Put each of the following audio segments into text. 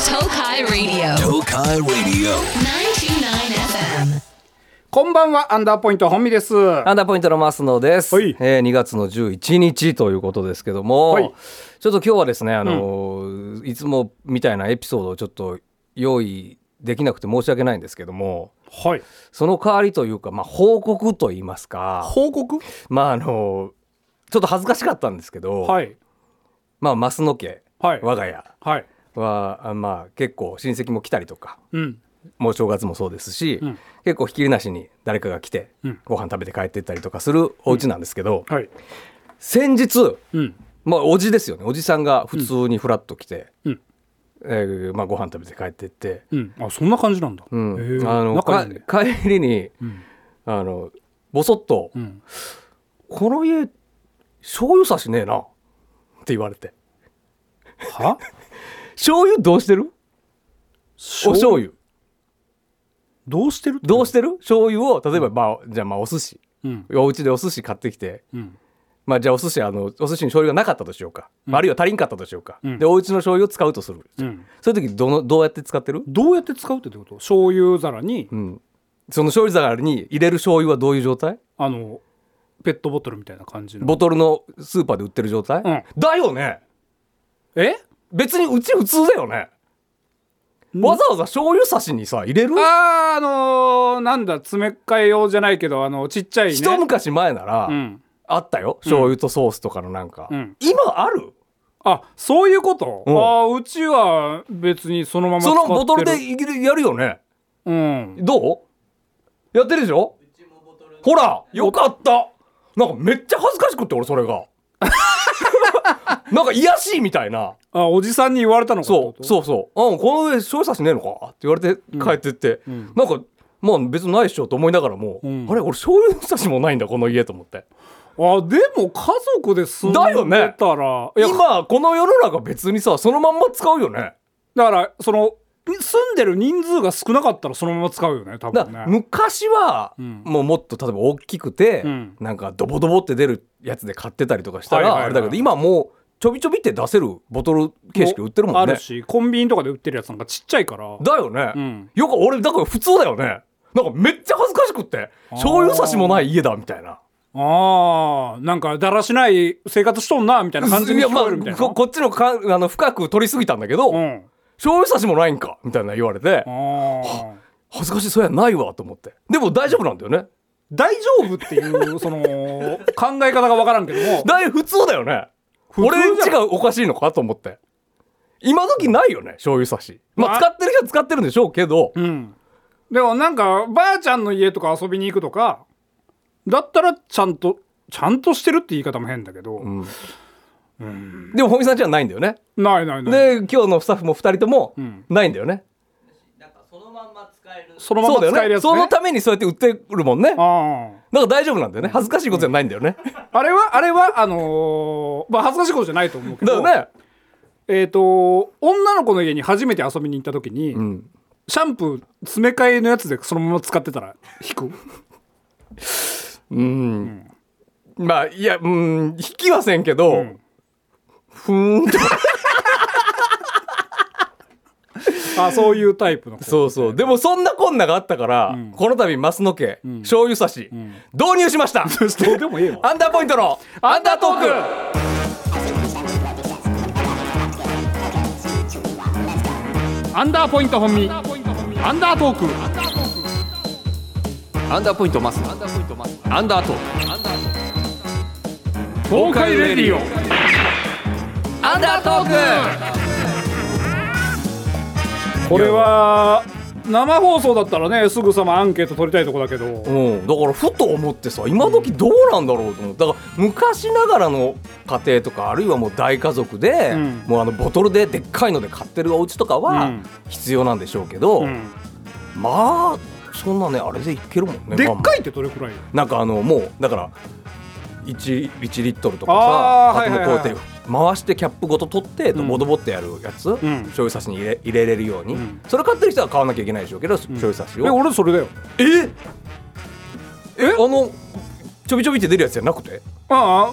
Tokai Radio. 929 FM. こんばんは、アンダーポイント本美です。アンダーポイントのマスノです。はいえー2月の11日ということですけども、はいちょっと今日はですね、あのーいつもみたいなエピソードをちょっと用意できなくて申し訳ないんですけども、はい。その代わりというか、まあ、報告と言いますか、報告まああのーちょっと恥ずかしかったんですけど、はい。まあ、マスノ家、はい我が家はい。は、あまあ、結構親戚も来たりとか、うん。もう正月もそうですし、うん結構ひっきりなしに誰かが来て、うんご飯食べて帰ってったりとかするお家なんですけど、はい。先日、うん。まあ、おじですよねおじさんが普通にフラッと来て、うん。えーまあ、ご飯食べて帰ってって、うん。あ、そんな感じなんだ。うんへえあの仲いいね。か帰りにうん。あのボソッと、うん。この家醤油差しねえな」って言われて は「醤油どうしてるお醤。油どうしてるどうしてる醤油を例えば、まあ、じゃあまあお寿司うん。お家でお寿司買ってきてうん。まあ、じゃあお寿司あのお寿司に醤油がなかったとしようか、まああるいは足りんかったとしようか、うんでお家の醤油を使うとする、うん。そういう時どのどうやって使ってる、どうやって使うってどういうこと醤油皿にう、ん、その醤油皿に入れる醤油はどういう状態あの、ペットボトルみたいな感じの。ボトルのスーパーで売ってる状態、うんだよねえ別にうち普通だよねわざわざ醤油差しにさ入れるあー、あのー、なんだ、詰め替え用じゃないけど、あの、ちっちゃいね。一昔前なら、うん。あったよ醤油とソースとかのなんか、うん今あるあ、そういうこと、うんあーうちは別にそのまま使っそてるのボトルでいけるやるよねうん。どうやってるでしょほらよかったなんかめっちゃ恥ずかしくって俺それが なんか癒やしいみたいなあ、おじさんに言われたのかそうう。そうそう「あこの上醤油差しねえのか?」って言われて帰ってって、んなんかまあ別にないっしょと思いながらも、うんあれ俺醤油差しもないんだこの家と思ってあ、でも家族で住んでただら、よねいや今この世の中別にさそのまんま使うよねだから、その、住んでる人数が少なかったらそのまま使うよね、多だ分からね。昔は、うんもうもっと例えば大きくて、うんなんかドボドボって出るやつで買ってたりとかしたら、はいはいはいあれだけど今もうちょびちょびって出せるボトル形式で売ってるもあんねるし、コンビニとかで売ってるやつなんかちっちゃいから。だよね、うんよく俺だから普通だよねなんかめっちゃ恥ずかしくって醤油差しもない家だみたいなああ、なんかだらしない生活しとんな、みたいな感じにいや聞まこえるみたいあな。ここっちのかあの深く取りすぎたんだけど、うん。醤油差しもないんかみたいな言われてああ。恥ずかしいそれはないわと思ってでも大丈夫なんだよね大丈夫っていう、その、考え方がわからんけども。大普通だよね通じゃん俺んちがおかしいのかと思って今時ないよね醤油差しままああ使ってる人は使ってるんでしょうけどうん。でもなんか、ばあちゃんの家とか遊びに行くとか、だったらちゃんと、ちゃんとしてるって言い方も変だけど、でも本見さんちはないんだよねないないない。で今日のスタッフも2人ともんないんだよねそのままそう使えだよるやねつね。そのためにそうやって売ってくるもんねあだから大丈夫なんだよね恥ずかしいことじゃないんだよねああれは、あれは、あのーまあ恥ずかしいことじゃないと思うけだど、よねえっ、と、女の子の家に初めて遊びに行った時に、んシャンプー詰め替えのやつでそのまま使ってたら引く。 うん、まあいやうん引きはせんけど、んふーんとあそういうタイプの子。そうそうでもそんなこんながあったから、この度マスの家、醤油差し、導入しました どうでもええわ。アンダーポイントのアンダートークアンダーポイント本身。アンダートーク。アンダーポイントマスアンダートー東海レディオクアンダートーこれは生放送だったらねすぐさまアンケート取りたいとこだけどクうんだからふと思ってさ今時どうなんだろうと思ってだから昔ながらの家庭とかあるいはもう大家族で、うんもうあのボトルででっかいので買ってるお家とかうはん必要なんでしょうけど、うんまあそんなねあれでいけるもんねでまあっまかいってどれくらいよあなんかあのもうだから 1, 1リットルとあかーさはいあはといもはいうこうやって回してキャップごと取ってドボドボってやるやつ、ん醤油差しに入れ入れれるように、んそれ買ってる人は買わなきゃいけないでしょうけど、醤油差しえを俺それだよええあのちょびちょびって出るやつじゃなくてああ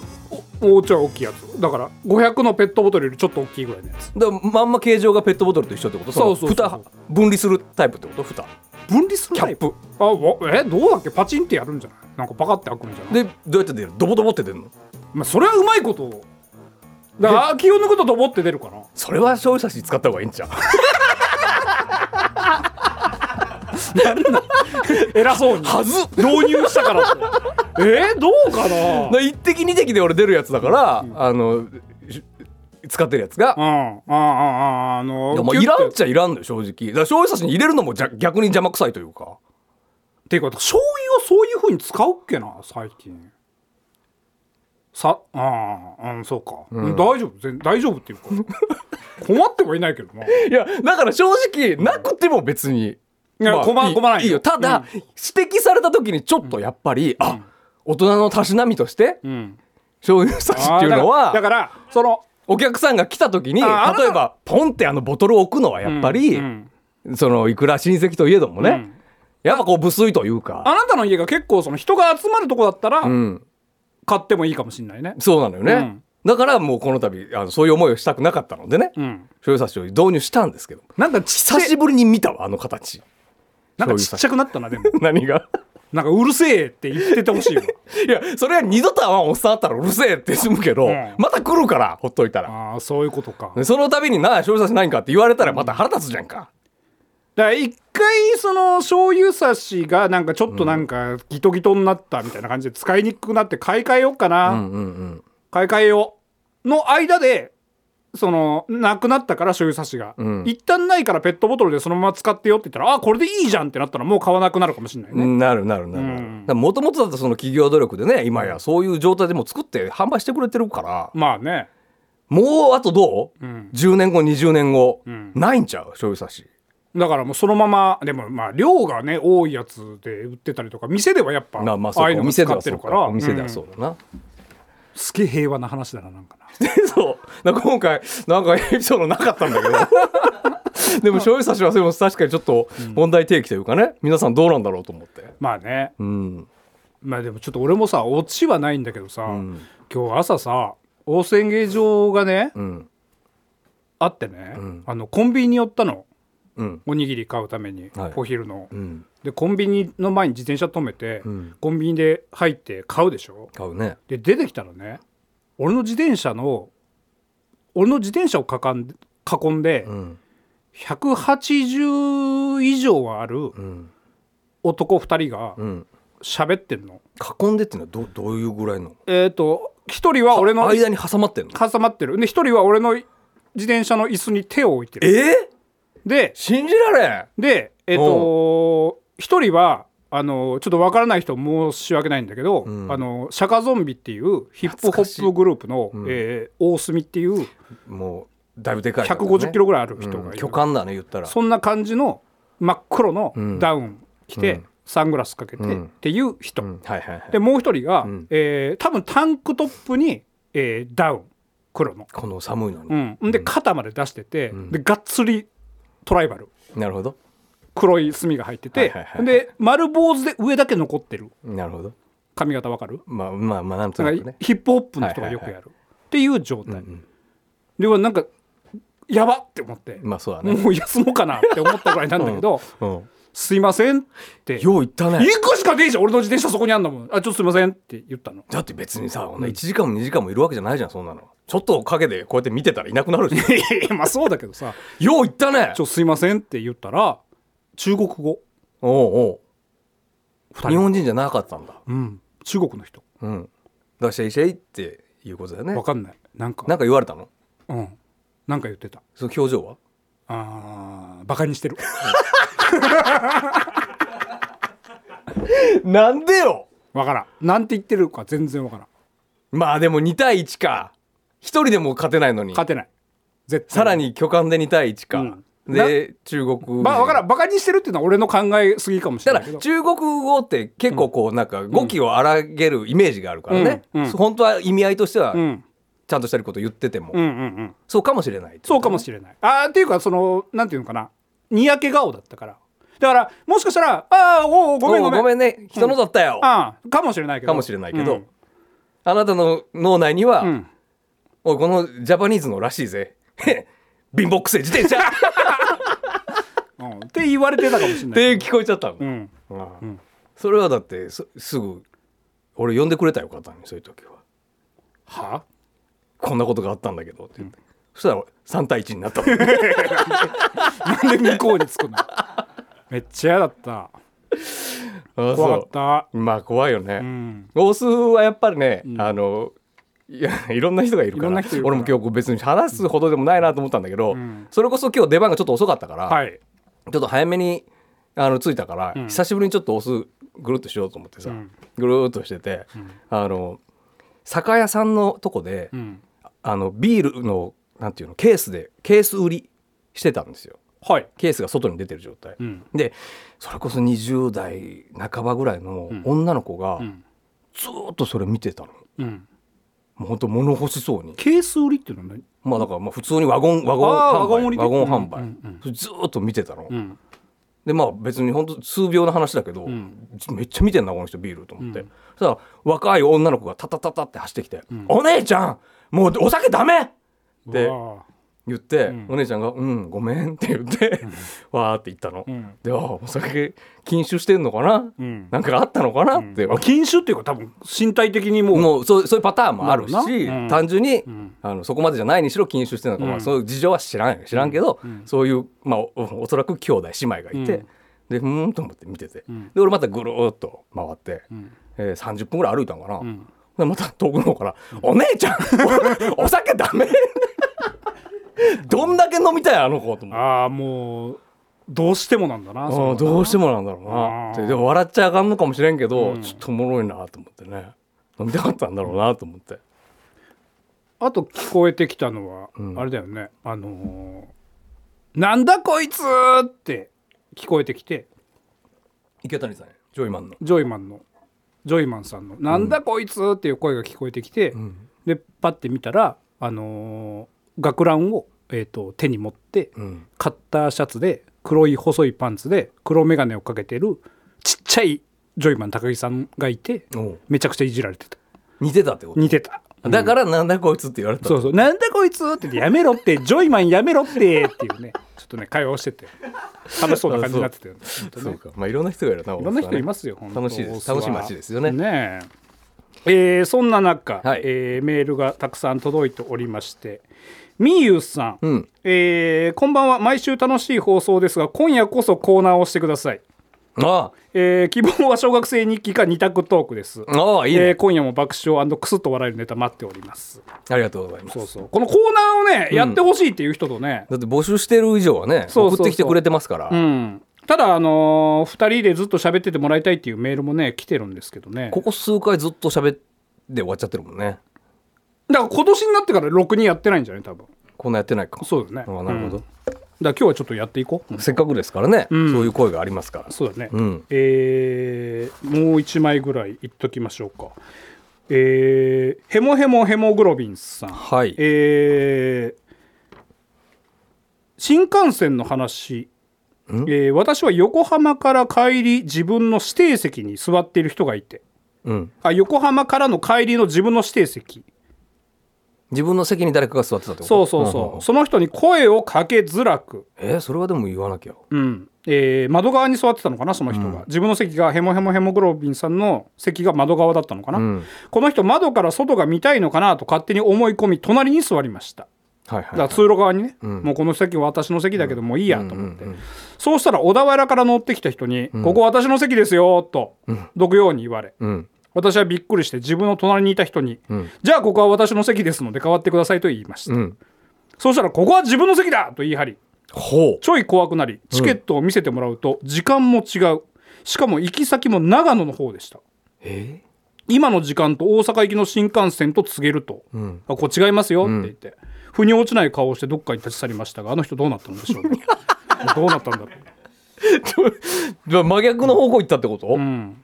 おちょい大きいやつだから500のペットボトルよりちょっと大きいぐらいのやつでまんま形状がペットボトルと一緒ってことのそうそうそうそう蓋分離するタイプってこと蓋分離するキャップあわえどうだっけパチンってやるんじゃないなんかパカって開くんじゃないでどうやって出るドボドボって出るのまあ、それはうまいことをだから気を抜くとドボって出るかなそれは醤油差し使った方がいいんじゃん偉そうにはず 導入したからって えー、どうかな1滴2滴で俺出るやつだから、あのし使ってるやつがう、んあああああのいやまあキュッていらんっちゃいらんのよ正直だから醤油差しに入れるのもじゃ逆に邪魔くさいというかていうか醤油をそういうふうに使うっけな最近さああうんそうか、うん大丈夫全大丈夫っていうか 困ってもいないけどないやだから正直なくても別に、やまあ困困らないよいいよただ、指摘された時にちょっとやっぱり、あ大人のたしなみとして、うん 醤油差しっていうのはあーだからだからそのお客さんが来た時に例ああのえばポンってあのボトルを置くのはやっぱり、うんそのいくら親戚といえどもね、うんやっぱこう無粋というか、あなたの家が結構その人が集まるとこだったら、うん、買ってもいいかもしれないねそうなのよね、うんだからもうこの度あのそういう思いをしたくなかったのでね、うん醤油差しを導入したんですけどなんかちっちゃ久いしぶりに見たわあの形 なんかちっちゃくなったなでも何がなんかうるせえって言っててほしいわいやそれは二度と会わんおっさんあったらうるせえって済むけど、うんまた来るからほっといたらああそういうことかだかその度になあ醤油差しないんかって言われたらまた腹立つじゃんか、ら一回その醤油差しがなんかちょっとなんかギトギトになったみたいな感じで使いにくくなって買い替えようかな、うんうんうん買い替えようの間でそのなくなったから醤油差しが、うん一旦ないからペットボトルでそのまま使ってよって言ったらあこれでいいじゃんってなったらもう買わなくなるかもしれないね、なるなるなるうんなるもともとだったらその企業努力でね今やそういう状態でもう作って販売してくれてるからまあねもうあとどう、ん ?10 年後20年後、んないんちゃう醤油差しだからもうそのままでもまあ量がね多いやつで売ってたりとか店ではやっぱなまああそうあいうかおのも店使でっはてそるうかからお店ではうそんうだな、すげえ平和な話だななんかなで そうなんか今回なんかエピソードなかったんだけど でも醤油差しはそれも確かにちょっと問題提起というかね、皆さんどうなんだろうと思ってまあねうんまあでもちょっと俺もさオチはないんだけどさ、今日朝さ温泉芸場がね、うんあってね、んあのコンビニに寄ったのうんおにぎり買うために、はいお昼の、うんでコンビニの前に自転車止めて、んコンビニで入って買うでしょ買うねで出てきたらね俺の自転車の俺の自転車を囲んで囲んで、うん180以上はあるうん男2人がうん喋ってんの、囲んでっていうのはどどういうぐらいのえっ、と1人は俺の間に挟まってんの挟まってるで1人は俺の自転車の椅子に手を置いてえるーで信じられんでえっ、と1人はあのちょっとわからない人申し訳ないんだけど、うんあのシャカゾンビっていうヒップホ懐かしップいグループの、うんえー大隅っていうもうだいぶでかいからね、 150キロぐらいある人うがんいる、巨漢だね言ったらそんな感じの真っ黒のうんダウン着て、うんサングラスかけて、うんっていう人、うんはいはいはいでもう一人が、うんえー多分タンクトップに、えーダウン黒の、この寒いのに、うん、で肩まで出してて、んでがっつりトライバルなるほど黒い墨が入ってて、はいはいはいで丸坊主で上だけ残ってるなるほど髪型わかるまあまあまあなんとななんくかねヒップホップの人がよくやる、はいっていう状態、んではなんかやばって思って、まあそうだね、もう休もうかなって思ったぐらいなんだけど、うん、すいませんってよう言ったね1個しかねえじゃん俺の自転車そこにあんだもんあちょっとすいませんって言ったのだって別にさこんな1時間も2時間もいるわけじゃないじゃんそんなのちょっと陰でこうやって見てたらいなくなるじゃんいやまあそうだけどさよう言ったね「ちょすいません」って言ったら中国語おうおう人日本人じゃなかったんだうん中国の人うんだシェイシェイっていうことだよねわかんないなんかなんか言われたのうんなんか言ってたその表 情はあーバカにしてる なんでよわからんなんて言ってるか全然わからんまあでも2対1か1人でも勝てないのに勝てない絶対さらに巨漢で2対1か、うんで中国人まあわからんバカにしてるっていうのは俺の考えすぎかもしれだかないけどら中国語って結構こうなんか語気を荒げるイメージがあるからね、うんうん本当は意味合いとしてはうんちゃんとしてること言ってても、うんうんうんそうかもしれないそうかもしれない。あーっていうかそのなんていうのかなにやけ顔だったからだからもしかしたら「ああおうおうごめんごおうめん」ごめんね人のだったよ、ああかもしれないけどかもしれないけどうんあなたの脳内には、んおいこのジャパニーズのらしいぜ 貧乏くせえ自転車っうん、って言われてたかもしれないて聞こえちゃったの、うん、それはだってすすぐ俺呼んでくれたよ方にそういう時ははこんなことがあったんだけどって言って、そしたら3対1になったの なんで向こうにつくのめっちゃ嫌だったああ怖かったそうまあ怖いよね、うん大須はやっぱりね、あのいやいろんな人がいるかいろんらな人いるから俺も今日別に話すほどでもないなと思ったんだけど、んそれこそ今日出番がちょっと遅かったから、はいちょっと早めにあの着いたから、ん久しぶりにちょっとお酢ぐるっとしようと思ってさ、うんぐるーっとしてて、あの酒屋さんのとこで、うんあのビールのなんていうのケースでケース売りしてたんですよはいケースが外に出てる状態、んでそれこそ20代半ばぐらいの女の子が、んずーっとそれ見てたのうんもうほんと物欲しそうにケース売りっていうのは何まあだからまあ普通にワゴンワゴンあー販売ワゴン売りでワゴン販売、うんうんそれずーっと見てたの、うんでまあ別に本当数秒の話だけど、んめっちゃ見てんなこの人ビールと思って、うんそしたら若い女の子がタタタタって走ってきて「お姉ちゃんもうお酒ダメ!」ってうわ言って、んお姉ちゃんが「うんごめん」って言って、わーって言ったの、うんでああお酒禁酒してんのかな、うんなんかあったのかなって、あ禁酒っていうか多分身体的にもうもうそうそういうパターンもあるし、なるほどなうん単純に、んあのそこまでじゃないにしろ禁酒してるのか、まうあ、んそういう事情は知らんよ知らんけど、そういう、まあ、おおそらく兄弟姉妹がいて、うんでふーんと思って見てて、んで俺またぐるーっと回って、んえー30分ぐらい歩いたのかな、んでまた遠くの方から「お姉ちゃんお酒ダ メ! 」どんだけ飲みたいあの子と思って。ああもうどうしてもなんだなああそれはどうしてもなんだろうなってうんでも笑っちゃあかんのかもしれんけど、ちょっとおもろいなと思ってね飲みたかったんだろうなと思って、あと聞こえてきたのは、んあれだよねあのーなんだこいつ!」って聞こえてきて池谷さんやジョイマンのジョイマンのジョイマンさんの「なんだこいつ!」っていう声が聞こえてきて、んでパッて見たら、あのー学ランを、えー、と手に持って、んカッターシャツで黒い細いパンツで黒眼鏡をかけてるちっちゃいジョイマン高木さんがいておうめちゃくちゃいじられてた似てたってこと似てた。だからなんだこいつって言われたそうそう「なんだこいつ!」って言って「やめろってジョイマンやめろって」っていうね ちょっとね会話をしてて楽しそうな感じになってたよね本当そうねかまあいろんな人がいるないろんな人いますよ本当楽しいです大須は楽しい街ですよねねええーそんな中、はいえーメールがたくさん届いておりましてみゆうさん、うんえーこんばんは毎週楽しい放送ですが今夜こそコーナーをしてください、あえー希望は小学生日記か二択トークです、あああいいね、えー今夜も爆笑クスッと笑えるネタ待っておりますありがとうございますそうそうこのコーナーをね、やってほしいっていう人とね、だって募集してる以上はねそうそうそう送ってきてくれてますから、うん、ただあのー、2人でずっと喋っててもらいたいっていうメールもね来てるんですけどねここ数回ずっと喋って終わっちゃってるもんねだから今年になってからろくにやってないんじゃない多分こんなやってないかそうだねああなるほど、うんだから今日はちょっとやっていこう、せっかくですからね、んそういう声がありますからそうだね、うんえーもう1枚ぐらいいっときましょうかえー、ヘモヘモヘモグロビンさんはいえー新幹線の話、えんー私は横浜から帰り自分の指定席に座っている人がいてうんあ横浜からの帰りの自分の指定席自分の席に誰かが座ってたってことそうそうそう、その人に声をかけづらく、うんうんうんえーそれはでも言わなきゃうんえー窓側に座ってたのかなその人が、自分の席がヘモヘモヘモグロビンさんの席が窓側だったのかな、うんこの人窓から外が見たいのかなと勝手に思い込み隣に座りましたはいだはかいら通路側にね、んもうこの席は私の席だけどもういいやと思って、うんうんうんそうしたら小田原から乗ってきた人に「ここ私の席ですよ」とどくように言われ、うん私はびっくりして自分の隣にいた人に「んじゃあここは私の席ですので変わってください」と言いました、うんそうしたら「ここは自分の席だ!」と言い張りほうちょい怖くなりチケットを見せてもらうと時間も違うしかも行き先も長野の方でしたえ今の時間と大阪行きの新幹線と告げると「んあこれ違いますよ」って言って、腑に落ちない顔をしてどっかに立ち去りましたがあの人どうなったのでしょう ねどうなったんだろう、 じゃあ真逆の方向行ったってこと、うん、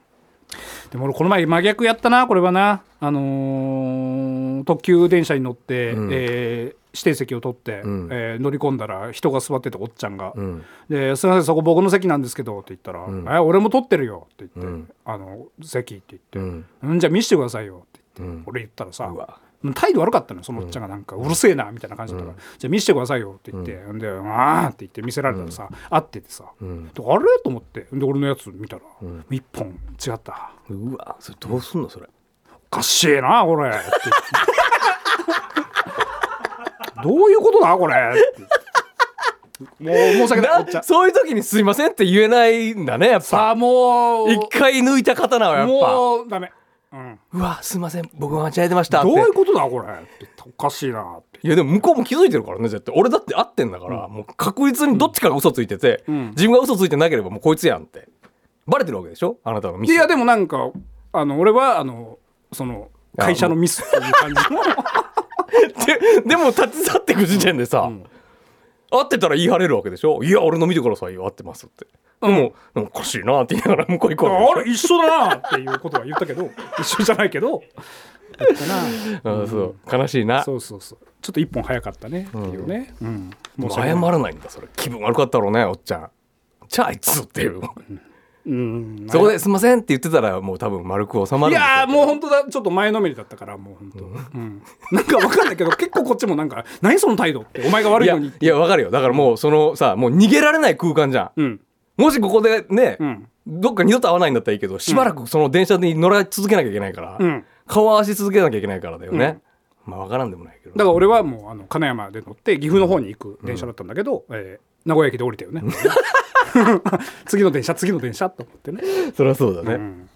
でも俺この前真逆やったなこれはなあのー特急電車に乗って、んえー指定席を取って、んえー乗り込んだら人が座ってておっちゃんが「んで「すみませんそこ僕の席なんですけど」って言ったら「え俺も取ってるよ」って言って「んあの席」って言ってうんうん、じゃあ見せてくださいよってって俺言ったらさうわ態度悪かったのよそのおっちゃんがなんかうるせえなみたいな感じだったからじゃあ見せてくださいよって言ってんでああって言って見せられたらさ会っててさんであれと思ってで俺のやつ見たら一本違ったうわそれどうすんのそれおかしいなこれ って言ってどういうことだこれってもう申し訳ないおっちゃんそういう時に「すいません」って言えないんだねやっぱさあもう一回抜いた刀はやっぱもうダメ、うん、 「うわすいません僕が間違えてました」ってどういうことだこれって言っておかしいなっていやでも向こうも気づいてるからね絶対俺だって合ってんだから、もう確実にどっちかが嘘ついてて、ん自分が嘘ついてなければもうこいつやんってバレてるわけでしょあなたのミスでいやでもなんかあの俺はあのそのあ会社のミスっていう感じのででも立ち去ってく時点でさ、合ってたら言い張れるわけでしょいや俺の見てくださいよ合ってますってでもなんかおかしいなって言いながら向こう行こ うあれ一緒だなっていうことは言ったけど一緒じゃないけど言ったなあそう悲しいなそうそうそうちょっと一本早かったねっていうね、うんもう申し謝訳ないらないんだそれ気分悪かったろうねおっちゃんじゃああいつっていううんそこですいませんって言ってたらもう多分丸く収まいるんですよやーもう本当だちょっと前のめりだったからもう本当、うんなんかわかんないけど 結構こっちもなんか「何その態度」ってお前が悪いいやのにいやわかるよだからもうそのさもう逃げられない空間じゃんうんもしここでね、うんどっか二度と会わないんだったらいいけどしばらくその電車に乗ら続けなきゃいけないから、うん顔合わせ続けなきゃいけないからだよね、まあわからんでもないけどだから俺はもうあの金山で乗って岐阜の方に行く電車だったんだけど、えー名古屋駅で降りたよね 次の電車次の電車と思ってね、そりゃそうだうね、ん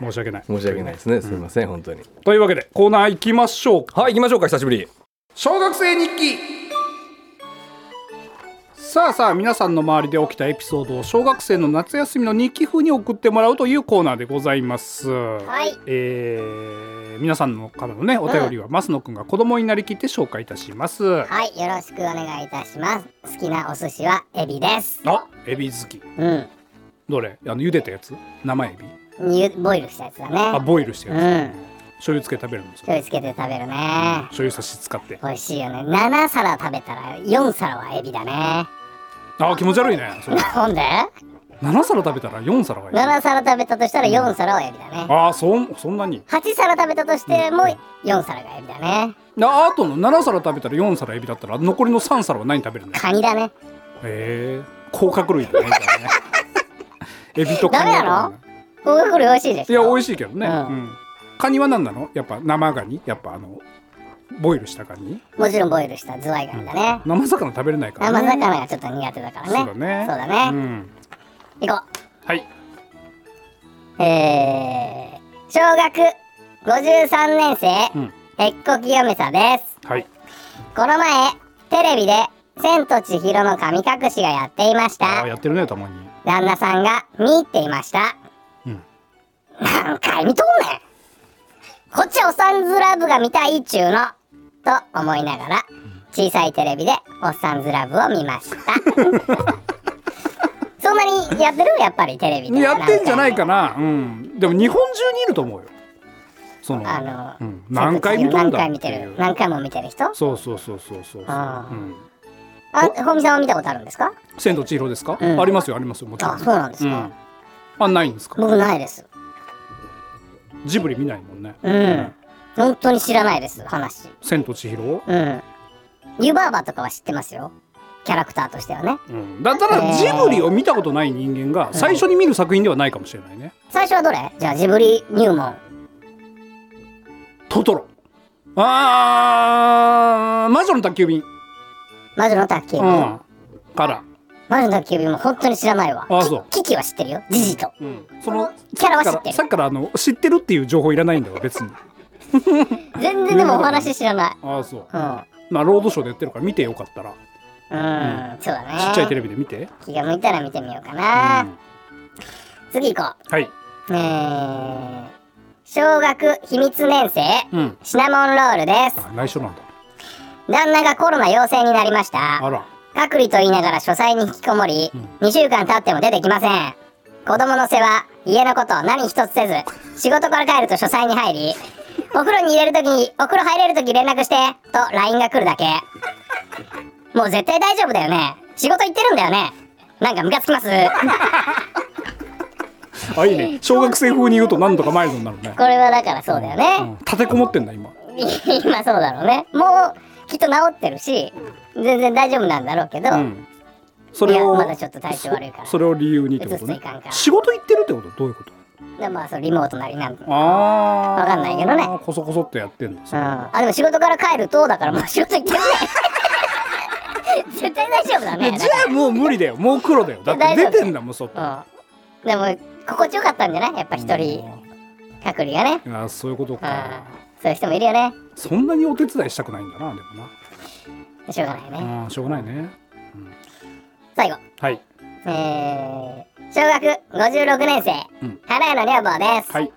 申し訳ない申し訳ないですねすいません本当にというわけでコーナー行きましょうかはい行きましょうか久しぶり小学生日記さあさあ皆さんの周りで起きたエピソードを小学生の夏休みの日記風に送ってもらうというコーナーでございます。はいえー皆さんのからのねお便りは、増野くんが子供になりきって紹介いたします。はい、よろしくお願いいたします。好きなお寿司はエビです。あエビ好きうん。どれあの茹でたやつ生エビにボイルしたやつだね。あボイルしてうるん。や醤つ醤油つけて食べるんですか油つけて食べるね。醤油差し使って美味しいよね。7皿食べたら4皿はエビだね。あ気持ち悪いねそれなんで7皿食べたら4皿がいい ?7 皿食べたとしたら4皿はエビだね。あーそんそんなに8皿食べたとしても4皿がエビだね。ああとの7皿食べたら4皿エビだったら残りの3皿は何食べるんだよカニだね。へえ甲殻類だねだか らねエビとカニだからねここがこれ美味しいでしいや美ょ。味しいけどね、ううんんカニは何なのやっぱ生ガニやっぱあのボイルしたカニもちろんボイルしたズワイガニだね。生魚食べれないか生らね魚がちょっと苦手だからね。そうだねそうだうね。ん、行こう。はいえー、小学53年生、うんへっこきよめさです。はいこの前、テレビで、千と千尋の神隠しがやっていましあたー。やってるねたまに旦那さんが見入っていました。うん何回見とんねんこっちはおっさんずラブが見たいっちゅうの。と思いながら、小さいテレビでおっさんずラブを見ま した。そんなにやってるやっぱりテレビで。やってんじゃないかな、うん、でも日本中にいると思うよそのあの、うん何回見と何んだ回っ見てているう何回も見てる人そうそうそうそうそうそうあーうんあ、ほみさんは見たことあるんですか「千と千尋」ですか、うんありますよありますよもちろんあ、そうなんですうかん、あないんですか僕ないですジブリ見ないもんねうん本当に知らないです、話「千と千尋うん湯婆婆とかは知ってますよキャラクターとしてはね」うん、だったらジブリを見たことない人間が最初に見る作品ではないかもしれないね最初はどれじゃあジブリ入門「トトロ」あー魔女の宅急便、魔女の宅急う便、ん、から、魔女の宅急便も本当に知らないわあそうキキキは知ってるよジジとうん、そのキャラは知さっってるきからさっきからあの知ってるっていう情報いらないんだよ別に全然でもお話知らないああそううんうん、まあロードショーでやってるから見てよかったらちそうだねっちゃいテレビで見て、気が向いたら見てみようかうん、な、は次行こうい、えー小学秘密年生、うん、シナモンロールですあ内緒なんだ旦那がコロナ陽性になりましあたら隔離と言いながら書斎に引きこもり、2週間経っても出てきません子供の世話家のこと何一つせず仕事から帰ると書斎に入りお風呂に入れるときにお風呂入れるとき連絡してと LINE が来るだけもう絶対大丈 夫だよね仕事行ってるんだよねなんかムカつきますあい いね小学生風に言うと何度かマイルドになるねこれはだからそうだよね、うん立てこもってんだ今 今そうだろうねもうきっと治ってるし全然大丈夫なんだろうけど、うんそれをいやまだちょっと体調悪いからそそれを理由にってこと移すねといかんから仕事行ってるってことどういうことでまあそのリモートなりなんとうんああわかんないけどねこそこそっとやってんのあでも仕事から帰るとだからもう仕事行ってるね 絶対大丈夫だねいやじゃあもう無理だよもう黒だよだ っ大て丈出夫てんだもん外うんでも心地よかったんじゃないやっぱ一人隔離がねあそういうことうんかそういう人もいるよねそんなにお手伝いしたくないんだなでもなしょうがないねあーしょうがないね最後はいえー、小学56年生、うん花屋の女房です、はい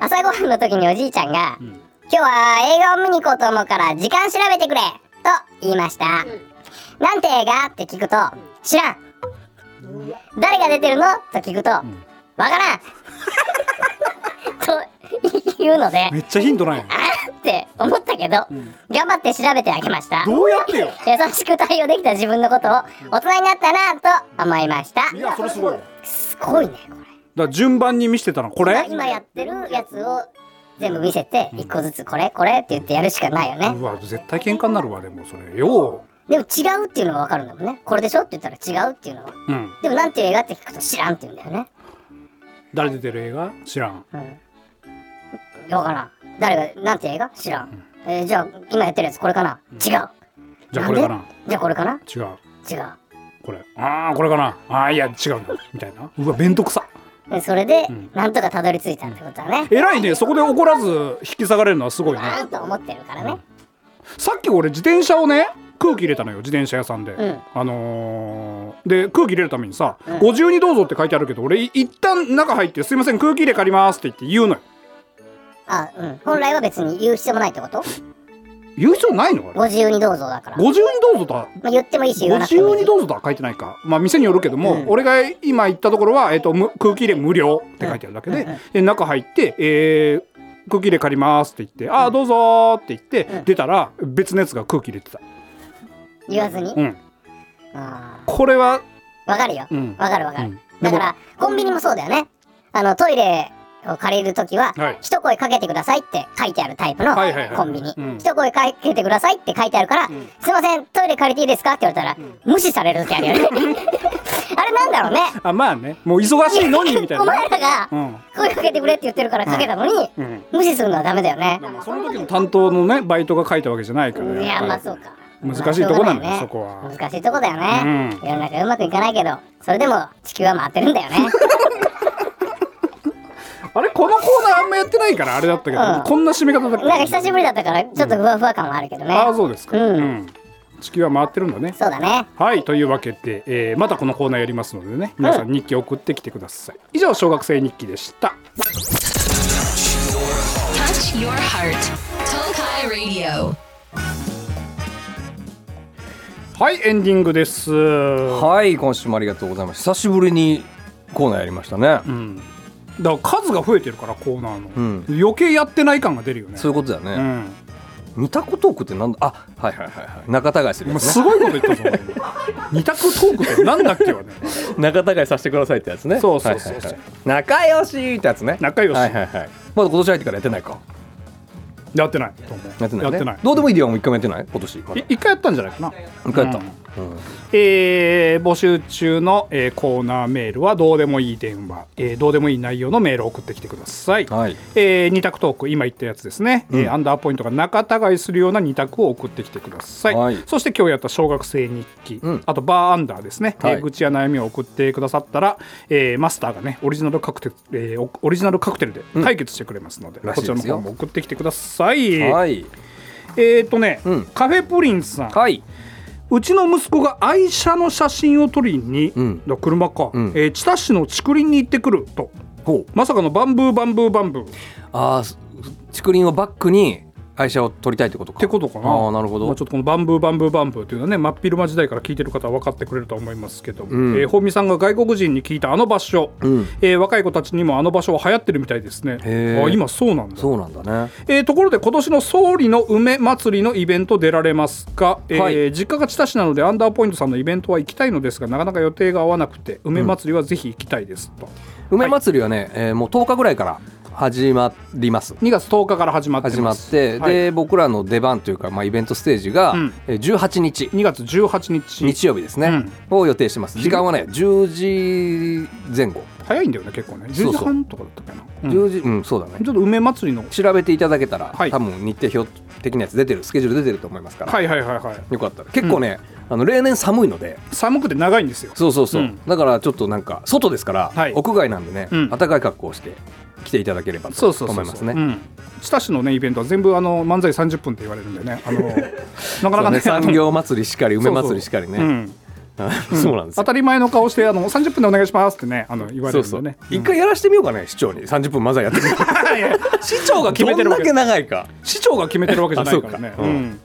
朝ごはんの時におじいちゃんが、ん今日は映画を見に行こうと思うから時間調べてくれと言いました、なんて映画って聞くと知らん誰が出てるのと聞くと、わからんと言うのでめっちゃヒントないよあーって思ったけど、頑張って調べてあげましたどうやってよ優しく対応できた自分のことを大人になったなと思いましたいやそれすごいよすごいねこだから順番に見せてたのこれれ今やってるやつを全部見せて一個ずつこれこれって言ってやるしかないよねうわ絶対喧嘩になるわでもそれよでも違うっていうのが分かるんだもんねこれでしょって言ったら違うっていうのはう、うん、でもなんていう映画って聞くと知らんって言うんだよね誰出てる映画知らん分からん誰がなんていう映画知らん、えーじゃあ今やってるやつこれかな違うじゃあこれかんなでじゃあこれかな違う違うこれああこれかなああいや違うんだみたいなうわ面倒くさでそれで、なんとかたどり着いたってことはね、偉いねそこで怒らず引き下がれるのはすごいねあんと思ってるからね、さっき俺自転車をね空気入れたのよ自転車屋さんで、んあのーで空気入れるためにさ「52どうぞ」って書いてあるけど俺い一旦中入って「すいません空気入れ借ります」って言って言うのよあうん本来は別に言う必要もないってこと言う必要ないのあれご自由にどうぞだから、ま52どうぞとはあ、言ってもいいし言わなくてもい52いどうぞとは書いてないかまあ店によるけども、うん俺が今行ったところは、えっとむ空気入れ無料って書いてあるだけで,、うんうんで中入って、えー空気入れ借りますって言って「ああどうぞ」って言って、うん出たら別のやつが空気入れてた、言わずに、うん、あこれは、ーわかるよわ、うんかるわかる、うんだからコンビニもそうだよねあのトイレを借りるときは、はい一声かけてくださいって書いてあるタイプのはいはいはいコンビニ、うん一声かけてくださいって書いてあるから、んすいませんトイレ借りていいですかって言われたら、無視される時ある よねあれなんだろうねあまあねもう忙しいのにみたいおな前らがうん声かけてくれって言ってるからかけたのに、うん無視するのはダメだよねだからその時の担当のねバイトが書いたわけじゃないからいやまあうそうか難しいとこなんだよまあそこは難しいとこだよね、う世の中うまくいかないけどそれでも地球は回ってるんだよねあれこのコーナーあんまやってないからあれだったけど、うんこんな締め方だっなんかた久しぶりだったからちょっとふわふわ感はあるけどね、ああそうですか、うん地球は回ってるんだねそうだねはいというわけで、えーまたこのコーナーやりますのでね皆さん日記送ってきてください、以上小学生日記でした Touch your heart. Tokai Radio. はいエンディングですははい今週もありがとうございます久しぶりにコーナーやりましたね、うんだから数が増えてるからコーナーの、ん余計やってない感が出るよねそういうことだうね、ん似たことトークってなんだあはいはいはいはい仲違いするもやうつすねごいこと言ったぞ俺 二択トークってなんだっけはね仲違いさせてくださいってやつねそうそうそうはいはいはい仲良しってやつね仲良しはいはいはいまだ今年入ってからやってないかやってないと思うやってない、ね、やってないどうでもいいではもう一回もやってない今年まだい一回やったんじゃないかな一回やった、うんうんえー募集中の、えーコーナーメールはどうでもいい電話、えーどうでもいい内容のメールを送ってきてください、はいえー二択トーク今言ったやつですね、えーうんアンダーポイントが仲違いするような二択を送ってきてください、はいそして今日やった小学生日記、うんあとバーアンダーですね、はいえー愚痴や悩みを送ってくださったら、えーマスターがねオリジナルカクテル、えーオリジナルカクテルで解決してくれますので、らしこいちですらよの方も送ってきてください、はいえっ、とね、うんカフェプリンスさん、はい、うちの息子が愛車の写真を撮りに、うんだ車か、うんえー千田市の竹林に行ってくるとほうまさかのバンブーバンブーバンブーああ竹林をバックに愛車を取りたいってことかってことかなああなるほど、まあ、ちょっとこの「バンブーバンブーバンブー」っていうのはね真っ昼間時代から聞いてる方は分かってくれるとは思いますけども、えー、本見さんが外国人に聞いたあの場所、えー若い子たちにもあの場所は流行ってるみたいですねへーあ今そうなんだそうなんだねえーところで今年の総理の梅祭りのイベント出られますか、えーはい実家が千田市なのでアンダーポイントさんのイベントは行きたいのですがなかなか予定が合わなくて梅祭りはぜひ行きたいですと、梅祭りはね、えーもう10日ぐらいから始まります2月10日から始まって始ままっすて、はいで僕らの出番というか、まあ、イベントステージが、んえー18日2月18日日曜日ですね、を予定してます時間はね10時前後、早いんだよね結構ね10そう時そう半とかだったかなうん10時うんそうだねちょっと梅祭りの調べていただけたら、はい多分日程表的なやつ出てるスケジュール出てると思いますから、はいはいはいはいよかったら結構ね、あの例年寒いので寒くて長いんですよそうそうそう、うんだからちょっとなんか外ですから、はい屋外なんでね、うん暖かい格好をして来ていただければとそうそうそう思いますね。うん千田市のねイベントは全部あの漫才30分って言われるんでね あのなかなかそねあうね、の産業祭りしかり梅そうそう祭りしかりねうそ んうなんです当よたり前の顔してあの30分でお願いしますってねあの言わそれうるんそでう、ね一回やらしてみようかね市長に30分漫才やってみよう 市長が決めてるどんわだけけ長いか市長が決めてるわけじゃないからあねそううかうんん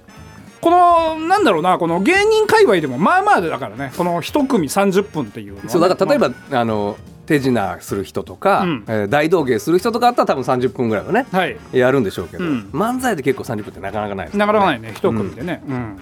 このなんだろうなこの芸人界隈でもまあまあだからねこの一組30分っていうのはねそうだから例えば、あの手品する人とか、うんえー大道芸する人とかあったら多分30分ぐらいはね、はいやるんでしょうけど、うん漫才で結構30分ってなかなかないですなよかねなかないね一組でね、うん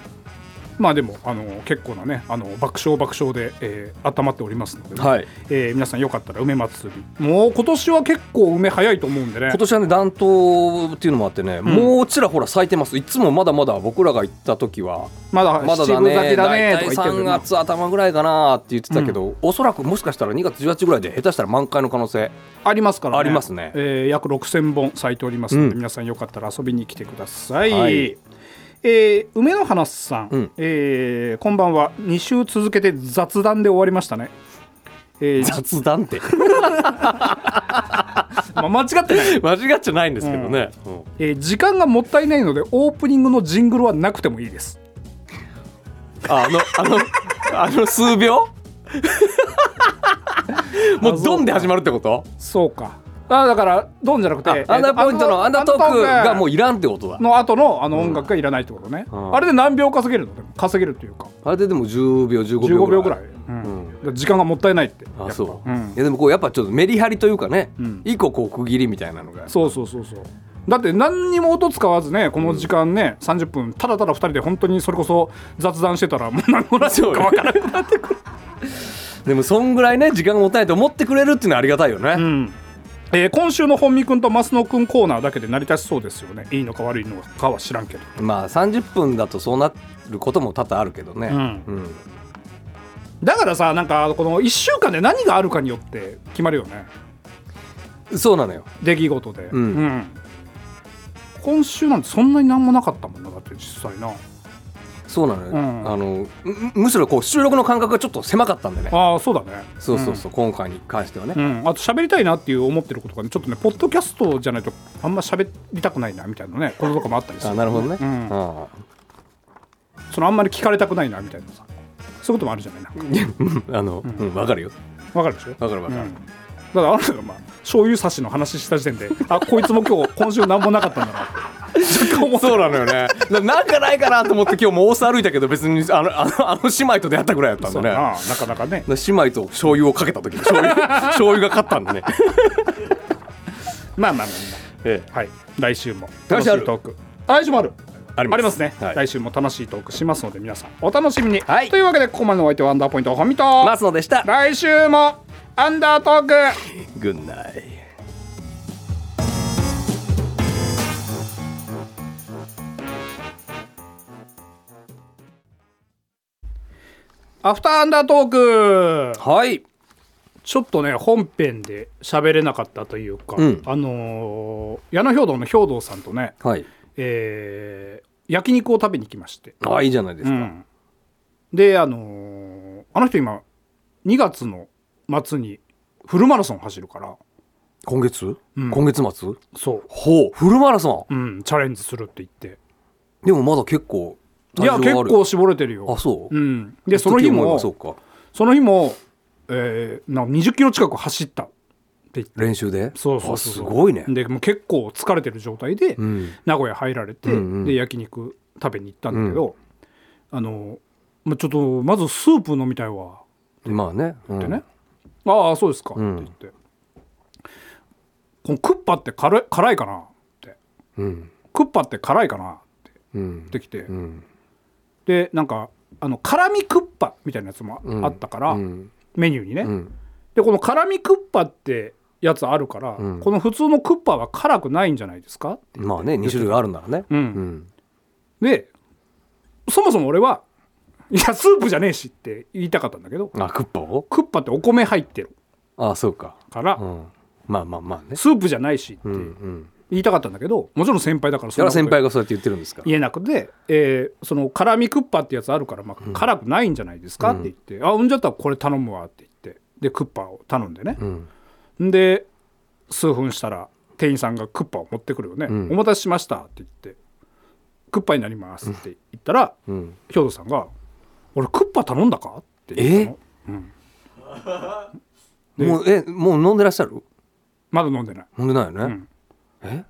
まあでもあの結構なねあの爆笑爆笑で、えー、温まっておりますのでね、はいえー皆さんよかったら梅祭りもう今年は結構梅早いと思うんでね今年はね暖冬っていうのもあってね、もうちらほら咲いてますいつもまだまだ僕らが行った時はまだまだ七だ分ね咲きだねとか言っ大体てるけ3どな月頭ぐらいかなって言ってたけど、おそらくもしかしたら2月18ぐらいで下手したら満開の可能 性ありますからねありますねえー約6000本咲いておりますので、うん皆さんよかったら遊びに来てください、はいえー梅の花さん、うんえーこんばんは2週続けて雑談で終わりましたね、えー雑談ってまあ、間違ってない 間違っちゃないんですけどね、うんえー時間がもったいないのでオープニングのジングルはなくてもいいですああのあのあの数秒 もうドンで始まるってことそうかあだからドンじゃなくてあえーとアンダーポイントのアンダートークがもアンダートういらんってことだークの後のあの音楽がいらないってことね、んあれで何秒稼げるのでも稼げるっていうかあれででも10秒15 15秒ぐらい秒ぐらい、うんだから時間がもったいないってあそう、うんいやでもこうやっぱちょっとメリハリというかね、一個こう区切りみたいなのがそうそうそうそうだって何にも音使わずねこの時間ね、30分ただただ2人で本当にそれこそ雑談してたら もう何のラジオか分からなくなってくる、でもそんぐらいね時間がもったいないと思ってくれるっていうのはありがたいよね、うんえー今週の本見くんと増野くんコーナーだけで成り立ちそうですよねいいのか悪いのかは知らんけどまあ30分だとそうなることも多々あるけどね、んうんだからさなんかこの1週間で何があるかによって決まるよねそうなのよ出来事で、うん今週なんてそんなに何もなかったもんなだって実際なそうなのよ、うんあのむむしろこう収録の間隔がちょっと狭かったんでねああそうだねそうそうそう、今回に関してはね、うん、あと喋りたいなっていう思ってることがねちょっとねポッドキャストじゃないとあんま喋りたくないなみたいなねこととかもあったりすあるなるほどね、うんあ そのあんまり聞かれたくないなみたいなさそういうこともあるじゃないなんかああの、うん、分かるよわかるでしょ分かる分かる、うんだからあなたがまあ醤油差しの話した時点であこいつも今日今週何もなかったんだなって若干思った そうなのよねななんかないかなと思って今日も大須歩いたけど別にあのあのあの姉妹と出会ったぐらいだったんそでうねだななかなかね姉妹と醤油をかけた時に醤油 醤油が勝ったんでね、まあまあまあ、まえあ、はい来週も来楽しい週あるトークあ来週もあるありますね、はい来週も楽しいトークしますので皆さんお楽しみに、はいというわけでここまでのお相手はアンダーポイント本見とえ、松野でした来週もアンダートークグッナイアフターアンダートークはいちょっとね本編で喋れなかったというか、うんあのー矢野兵道の兵道さんとね、はいえー焼肉を食べに来まして、ああいいじゃないですうか、んであのーあの人今2月の末にフルマラソン走るから今月、ん今月末そほうフルマラソう、うん、チャレンジするって言ってンでもまだ結構いや体重結はある構絞れてるよあそう、うん、でその日時思えもばそそうかの日も、えー、なんか20キロ近く走ったて言って練習でそうそうそうあすごいねでもう結構疲れてる状態で、ん名古屋入られて、うんうんで焼肉食べに行ったんだけど、あの、まあ、ちょっとまずスープ飲みたいわまあね、うんってね、ああそうですか、んって言ってこのクッパって辛い辛いかなってうんクッパって辛いかなってうん言ってきて、うんでなんかあの辛味クッパみたいなやつもうんあったから、うんメニューにね、うんでこの辛味クッパってやつあるから、うんこの普通のクッパは辛くないんじゃないですかまあね二種類あるんならねうんうんでそもそも俺はいやスープじゃねえしって言いたかったんだけどあクッパをクッパってお米入ってるあそうかから、うんまあまあまあねスープじゃないしってうんうん言いたかったんだけどもちろん先輩だからだからそんなこ先と輩がそうやって言ってるんですか言えなくて、えーその辛味クッパってやつあるから、まあ、辛くないんじゃないですかって言って「あうんじゃったらこれ頼むわ」って言ってでクッパを頼んでね、うんで数分したら店員さんがクッパを持ってくるよね「んお待たせしました」って言って「クッパになります」って言ったら、うん兵頭さんが「俺クッパ頼んだか?」って言ったのもうえもう飲んでらっしゃるまだ飲んでない飲んでないよね、んえ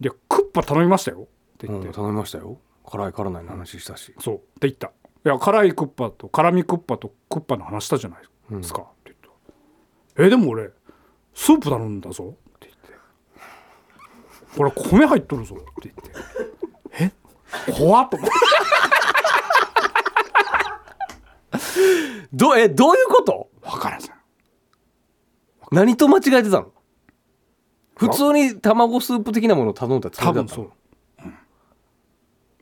で「クッパ頼みましたよ」ってう言って「ん、頼みましたよ辛い辛いの話したし、そう」って言った「いや辛いクッパと辛味クッパとクッパの話したじゃないですか」って言った「えでも俺スープ頼んだぞ」って言って「これ米入っとるぞ」って言って「え怖っ」と思ってどえどういうこと分からんさ何と間違えてたの普通に卵スープ的なものを頼んだつ多もりだっ分たそうの、うん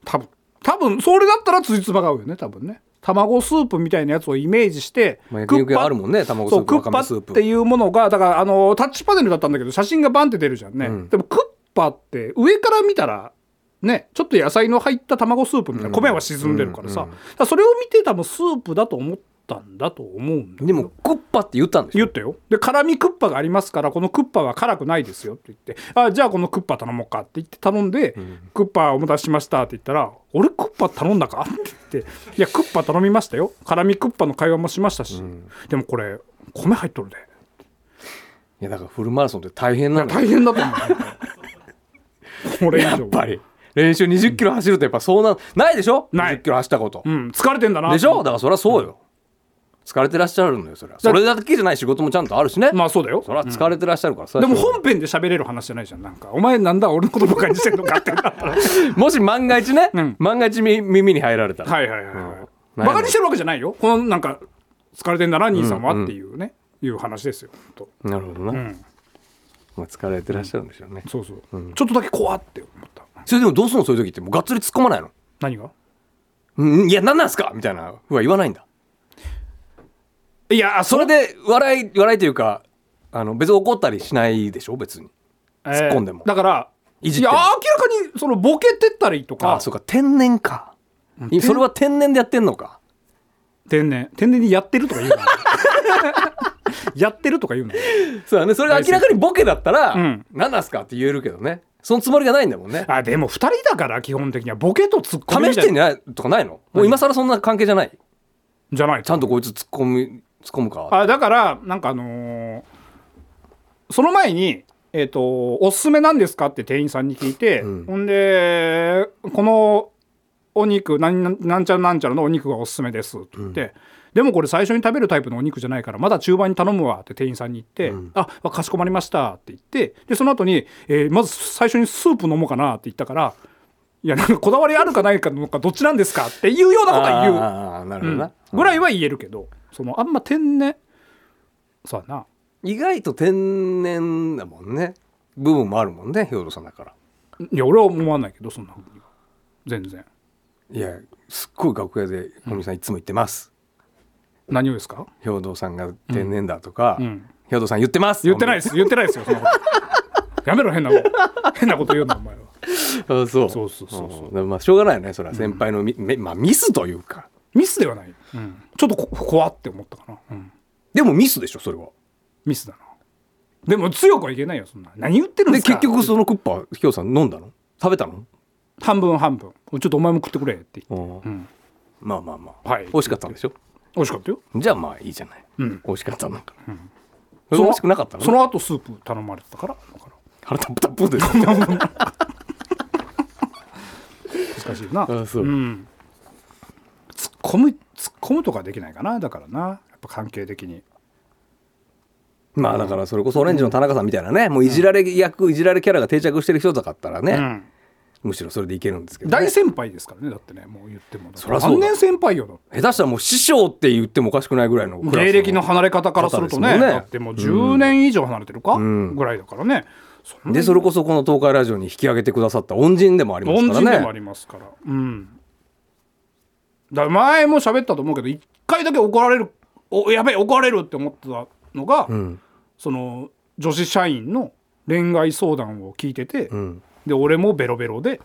多分多分それだったらついつまが合うよね多分ね卵スープみたいなやつをイメージして、まあ焼肉屋あるもんね卵スープそうクわかッパめっスープていうものがだからあのタッチパネルだったんだけど写真がバンって出るじゃんね、うんでもクッパって上から見たらねちょっと野菜の入った卵スープみたいな、米は沈んでるからさ、うんうんだからそれを見て多分スープだと思ったんだと思うんだけどでもクッパって言ったんでしょ言ったよで辛味クッパがありますからこのクッパは辛くないですよって言ってあじゃあこのクッパ頼もうかって言って頼んで、クッパお待たせしましたって言ったら俺クッパ頼んだかって言っていやクッパ頼みましたよ辛味クッパの会話もしましたし、でもこれ米入っとるでいやだからフルマラソンって大変なのよ大変だと思うこれ以上やっぱり練習2 0キロ走るとやっぱそうなんないでしょない2 0キロ走ったこと、うん疲れてんだなでしょだからそりゃそうよ、疲れてらっしゃるのよそりゃそれだけじゃない仕事もちゃんとあるしね、まあそうだよそりゃ疲れてらっしゃるから、そりでゃもしょうが本編で喋れる話じゃないじゃんなんかお前なんだ俺のことばっかりにしてんのかってな ったらないもし万が一ね、ん万が一み耳に入られたら、はいはいはい、はいうんバカにしてるわけじゃないよこのなんか疲れてんだな兄さんはっていうね、いう話ですよほんとなるほどな、まあ疲れてらっしゃるんでしょうね、そうそう、ちょっとだけ怖って思ったそれでもどうすんのそういう時ってもうがっつり突っ込まないの何がうんいや何なんすかみたいなふうは言わないんだいやあそれで笑い笑いというかあの別に怒ったりしないでしょ別に突突っ込んでもだからいいじってやも明らかにそのボケてったりとあかそうか天然かそれは天然でやってんのか天然天然にやってるとか言う なやってるとか言うなそうだねそれが明らかにボケだったらん「何なんすか?」って言えるけどねそのつもりがないんだもんねあでも2人だから基本的にはボケとツッコミ試みしたていんなじゃないとかないのもう今更そんな関係じゃないじゃないちゃんとこいつ突っ込む突っ込むかあだからなんかあのーその前に、えーと「おすすめなんですか?」って店員さんに聞いて、うんほんで「このお肉なんなんなんちゃらなんちゃらのお肉がおすすめです」って言って。でもこれ最初に食べるタイプのお肉じゃないからまだ中盤に頼むわって店員さんに言って「あわかしこまりました」って言ってでその後に、えーまず最初にスープ飲もうかな」って言ったから「いやなんかこだわりあるかないかのかどっちなんですか?」っていうようなことは言う。ああなるほどなぐらいは言えるけどそのあんま天然そうやな意外と天然だもんね部分もあるもんね兵頭さんだからいや俺は思わないけどそんなふうには全然いやすっごい楽屋で小見さんいつも言ってます何をですか兵頭さんが天然だとかうん兵頭さん言ってます言ってないです言ってないですよそんなことやめろ変なこと変なこと言うなお前はあそうそうそうそうそうんだからまあしょうがないよねそれは先輩のみ、めまあ、ミスというかミスではない、うん、ちょっとこ怖って思ったかな、うん、でもミスでしょそれはミスだなでも強くはいけないよそんな何言ってるんでですか結局そのクッパひょうさん飲んだの食べたの、半分半分ちょっとお前も食ってくれって言ってうん、まあまあまあ、はい美味しかったんでしょ美味しかったよじゃあまあいいじゃない、うん美味しかったんだから、の珍しくなかったのその後スープ頼まれてたからだから腹タプタプですね難しいなあそううん、突っ込む突っ込むとかできないかなだからなやっぱ関係的にまあだからそれこそオレンジの田中さんみたいなねもういじられ役いじられキャラが定着してる人だったらね、うんむしろそれでいけるんですけど、ね、大先輩ですからねだってねもう言ってもそりゃそうだ何年先輩よだって下手したらもう師匠って言ってもおかしくないぐらいのクラス芸歴の離れ方からするとね方ですもんねだってもう10年以上離れてるか、んぐらいだからねそんなでそれこそこの東海ラジオに引き上げてくださった恩人でもあります恩か人でらもあねりますからうんだから前も喋ったと思うけど一回だけ怒られるおやべえ怒られるって思ってたのが、うんその女子社員の恋愛相談を聞いてて、んで俺もベロベロで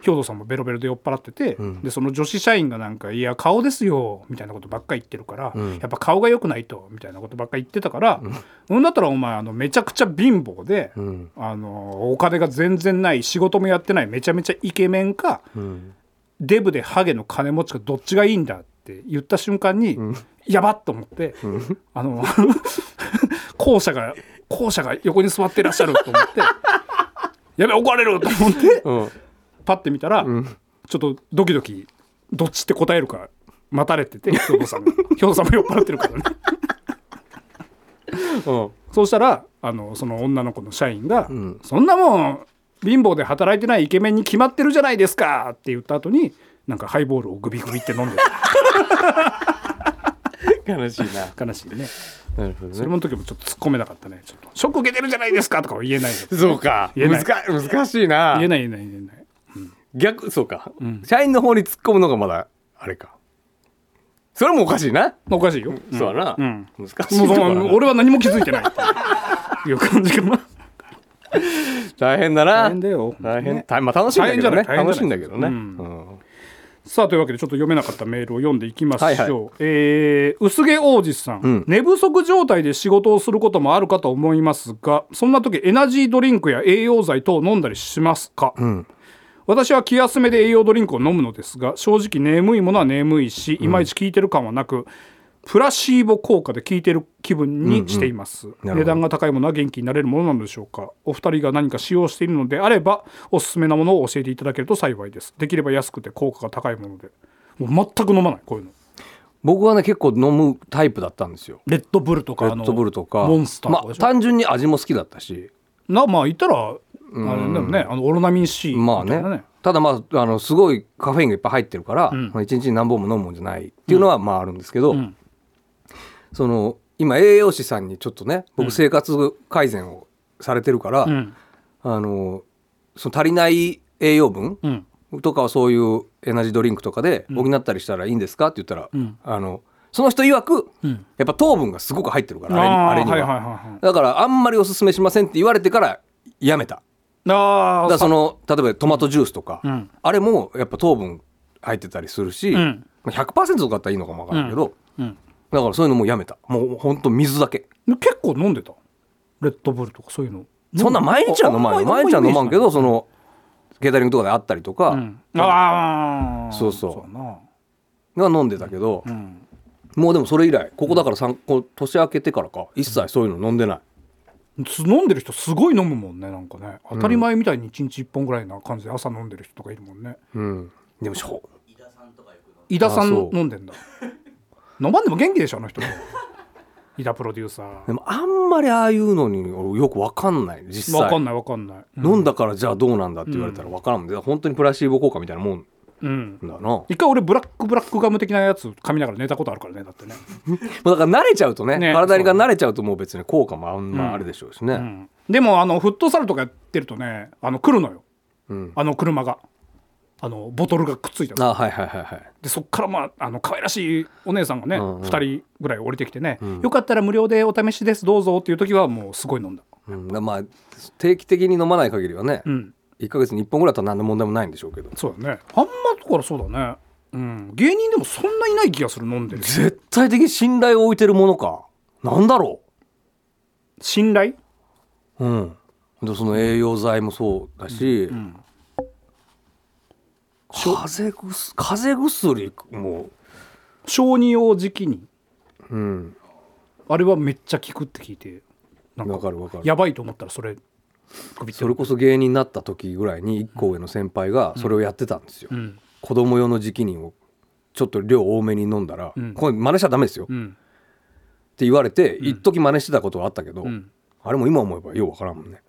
兵頭さんもベロベロで酔っ払ってて、でその女子社員がなんか「いや顔ですよ」みたいなことばっかり言ってるから、やっぱ顔が良くないとみたいなことばっかり言ってたから、うん、だったらお前あのめちゃくちゃ貧乏で、んあのお金が全然ない仕事もやってないめちゃめちゃイケメンか、デブでハゲの金持ちかどっちがいいんだって言った瞬間に、やばっと思って、あの 校舎が校舎が横に座ってらっしゃると思ってやべ怒られると思ってうんパッて見たら、ちょっとドキドキどっちって答えるか待たれてて兵頭さん が兵頭さんも酔っ払ってるからねうんそうしたらあのその女の子の社員が「んそんなもん貧乏で働いてないイケメンに決まってるじゃないですか」って言った後になんかハイボールをグビグビって飲んで た悲しいな悲しいねなるほどそれねもの時もちょっと突っ込めなかったねちょっと「ショック受けてるじゃないですか」とかは言え ないよそうか言えない難難しいな言えない言えない言えない逆そうか、社員の方に突っ込むのがまだあれかそれもおかしいな、おかしい よ、んそうだな、うん難しいともうこそだなの俺は何も気づいてないっていう感じかな大変だな大変だよ大変ねたまあ楽しいんだけど大ね変じゃない楽しいんだけどね、大う変んじさあというわけでちょっと読めなかったメールを読んでいきましょう、はいはいえー薄毛王子さん、ん寝不足状態で仕事をすることもあるかと思いますがそんな時エナジードリンクや栄養剤等を飲んだりしますか、私は気休めで栄養ドリンクを飲むのですが正直眠いものは眠いしいまいち効いてる感はなく、プラシーボ効果で効いてる気分にしています、なるほど値段が高いものは元気になれるものなのでしょうかお二人が何か使用しているのであればおすすめなものを教えていただけると幸いですできれば安くて効果が高いものでもう全く飲まないこういうの僕はね結構飲むタイプだったんですよレッドブルとかレッドブルとかモンスターとかまであしょ、ま単純に味も好きだったしなまあ言ったらあれだよねあのオロナミン C みまあたねいなね,、ただまああのすごいカフェインがいっぱい入ってるから、んまあ一日に何本も飲むもんじゃないっていうのはまああるんですけど、んその今栄養士さんにちょっとね僕生活改善をされてるから、うんあのその足りない栄養分うんとかはそういうエナジードリンクとかで補ったりしたらいいんですかって言ったら、んあのその人曰く、うんやっぱ糖分がすごく入ってるからあああれにあれはいにははいはいはいだからあんまりおすすめしませんって言われてからやめたあだあからその例えばトマトジュースとか、んあれもやっぱ糖分入ってたりするし、んまあ100%とかだったらいいのかもわからんけど、うんだからそういうのもうやめたもうほんと水だけ結構飲んでたレッドブルとかそういうのそんな毎日は飲まない毎日は飲まんけどそのケータリングとかであったりとか、ああそうそうだなが飲んでたけど、もうでもそれ以来ここだから三こう年明けてからか一切そういうの飲んでない、す飲んでる人すごい飲むもんねなんかね当たり前みたいに1日1本ぐらいな感じで朝飲んでる人とかいるもんねうん、でもしょ飯田さあんそう飲んでんだ飲まんでも元気でしょあの人飯田プロデューサでーもあんまりああいうのに俺よくわかんない実際わかんないわかんないうん飲んだからじゃあどうなんだって言われたら分からんもん、本当にプラシーボ効果みたいなもんうんだな もう一回俺ブラックブラックガム的なやつ噛みながら寝たことあるからねだってねだから慣れちゃうとねね体が慣れちゃうともう別に効果もあんまあれでしょうしね、うんでもあのフットサルとかやってるとねあの来るのようんあの車があのボトルがくっついたのあはいはいはいはいでそっからまああの可愛らしいお姉さんがね、うんうん2人ぐらい降りてきてね、よかったら無料でお試しですどうぞっていう時はもうすごい飲んだうん、まあ定期的に飲まない限りはね、うん1か月に1本ぐらいだったら何の問題もないんでしょうけどそうだねあんまだからそうだねうん芸人でもそんないない気がする飲んでる絶対的信頼を置いてるものかなんだろ信頼ううんでその栄養剤もそうだし、風邪薬風邪薬も小児用時期にうんあれはめっちゃ効くって聞いてなんかわかるわかるやばいと思ったらそれ首ってそれこそ芸人になった時ぐらいに一個上の先輩がそれをやってたんですよ、うん子供用の直飲をちょっと量多めに飲んだら、んこれ真似しちゃダメですよ、うってん言われて一時真似してたことはあったけど、んあれも今思えばようわからんもんね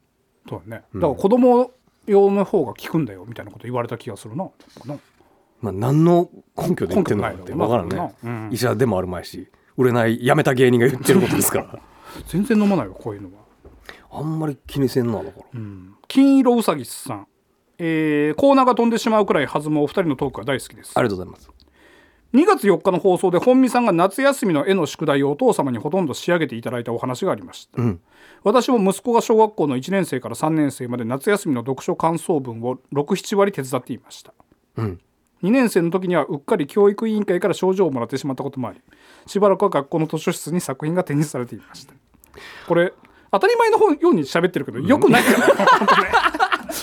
そうだねだから子供用の方が効くんだよみたいなこと言われた気がするななんかまあ、何の根拠で言ってるのかって根拠分もかならいんだろうなね、うん医者でもあるまいし売れないやめた芸人が言ってるこ とですからな全然飲まないわこういうのはあんまり気にせんなだから、金色うさぎさんえーコーナーが飛んでしまうくらい弾むお二人のトークが大好きですありがとうございます2月4日の放送で本見さんが夏休みの絵の宿題をお父様にほとんど仕上げていただいたお話がありました、私も息子が小学校の1年生から3年生まで夏休みの読書感想文を67割手伝っていました、2年生の時にはうっかり教育委員会から賞状をもらってしまったこともありしばらくは学校の図書室に作品が展示されていましたこれ当たり前の方ように喋ってるけどよくないから、本当ね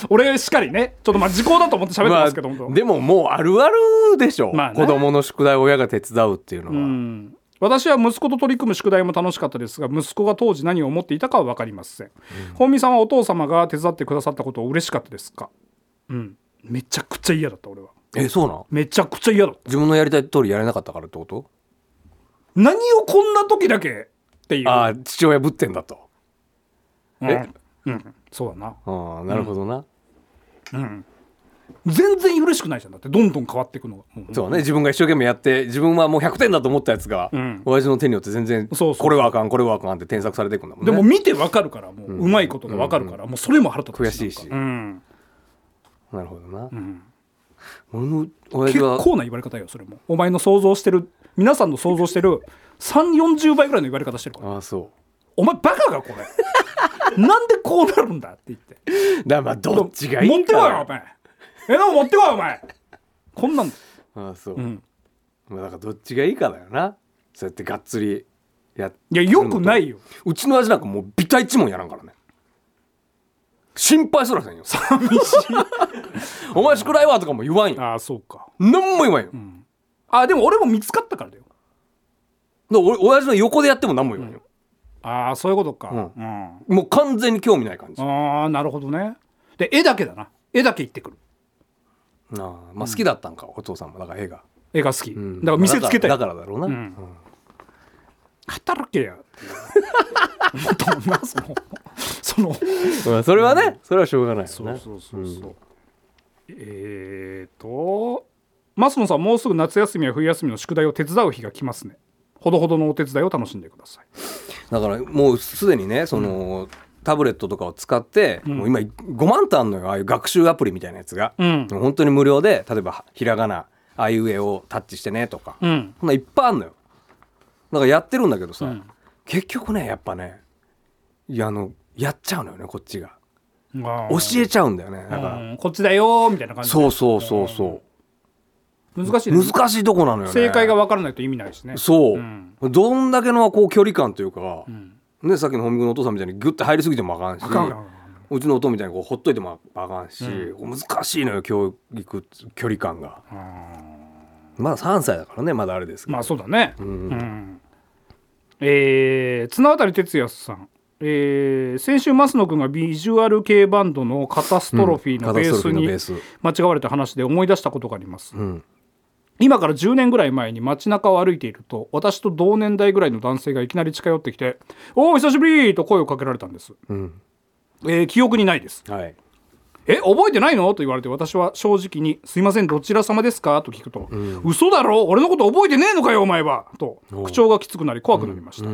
俺しっかりねちょっとまあ時効だと思って喋ってままあ、すけど、本当でももうあるあるでしょ、まあね子供の宿題を親が手伝うっていうのは、私は息子と取り組む宿題も楽しかったですが息子が当時何を思っていたかは分かりません、本見さんはお父様が手伝ってくださったことを嬉しかったですかうんめちゃくちゃ嫌だった俺はえそうなんめちゃくちゃ嫌だった自分のやりたい通りやれなかったからってこと何をこんな時だけっていうああ父親ぶってんだとうんえうんそうだなああなるほどな、全然嬉しくないじゃんだってどんどん変わっていくのがもうそうね自分が一生懸命やって自分はもう100点だと思ったやつが、ん親父の手によって全そう然そうそうこれはあかんこれはあかんって添削されていくんだもんでねも見て分かるからもう,、うまいことが分かるから、もうそれも腹立悔つしいしなんかうん、なるほどな、俺の親父結は構な言われ方よそれもお前の想像してる皆さんの想像してる3 4 0倍ぐらいの言われ方してるからああそお前バカかこれ なんでこうなるんだって言ってうだからまあどっちがいいか持ってこいよお前えなんか持ってこいよお前こんなんだああそう、んまあだからどっちがいいかだよなそうやってがっつりやっいやよくないようちの親父なんかもうビタ一問やらんからね心配すらせんよ寂しい お前宿題はとかも言わんよああそうか何も言わんよ、あでも俺も見つかったからだよだからお親父の横でやっても何も言わんよ、ああそういうことかうんうんもう完全に興味ない感じ、あああなるほどねで絵だけだな絵だけ行ってくるあまあ好きだったんか、お父さんもだから映画、絵が好き、うんだから見せつけたいだからだからだろうな、ん働けや っていう思ったもんなそのそのうんそれはね、それはしょうがないよねそうそうそうそう、えーとマスモさんもうすぐ夏休みや冬休みの宿題を手伝う日が来ますねほどほどのお手伝いを楽しんでくださいだからもうすでにねその、タブレットとかを使って、もう今5万とあんのよああいう学習アプリみたいなやつが、ん本当に無料で例えばひらがなあいうえをタッチしてねとか、んそんないっぱいあんのよだからやってるんだけどさ、結局ねやっぱねいやあのやっちゃうのよねこっちが教教えちゃうんだよねだから、こっちだよーみたいな感じそうそうそうそう難しいうね難しいとこなのよね正解が分からないと意味ないしねそう、んどんだけのこう距離感というか、ね、さっきの本見君のお父さんみたいにギュッて入りすぎてもあかんしあかんあかんあかうちのお父みたいにこうほっといてもあかんし、難しいのよ教育距離感がまだ3歳だからねまだあれですけど、まあそうだねうん、えー綱渡哲也さんえー先週増野君がビジュアル系バンドのカタストロフィーのベースにうんカタストロフィーの間違われた話で思い出したことがあります、ん今から10年ぐらい前に街中を歩いていると私と同年代ぐらいの男性がいきなり近寄ってきて「おお久しぶり!」と声をかけられたんです、んえー記憶にないですはい、え覚えてないのと言われて私は正直に「すいませんどちら様ですか?」と聞くと「嘘だろ俺のこと覚えてねえのかよお前は!」と口調がきつくなり怖くなりました、